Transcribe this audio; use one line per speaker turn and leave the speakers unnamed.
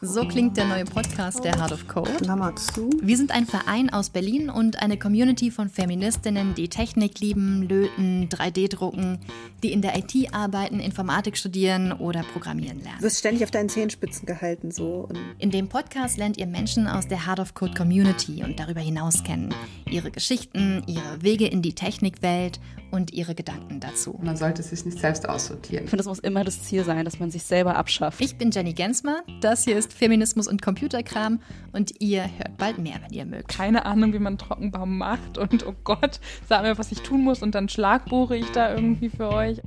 So klingt der neue Podcast der Heart of Code.
Klammer zu.
Wir sind ein Verein aus Berlin und eine Community von Feministinnen, die Technik lieben, löten, 3D-drucken, die in der IT arbeiten, Informatik studieren oder programmieren
Du
lernen.
wirst ständig auf deinen Zehenspitzen gehalten, so. Und
In dem Podcast lernt ihr Menschen aus der Heart of Code Community und darüber hinaus kennen. Ihre Geschichten, ihre Wege in die Technikwelt und ihre Gedanken dazu.
Man sollte sich nicht selbst aussortieren.
Ich finde, das muss immer das Ziel sein, dass man sich selber abschafft.
Ich bin Jenny Gensmer, das hier ist Feminismus und Computerkram und ihr hört bald mehr, wenn ihr mögt.
keine Ahnung, wie man Trockenbau macht und oh Gott, sag mir, was ich tun muss und dann schlagbohre ich da irgendwie für euch.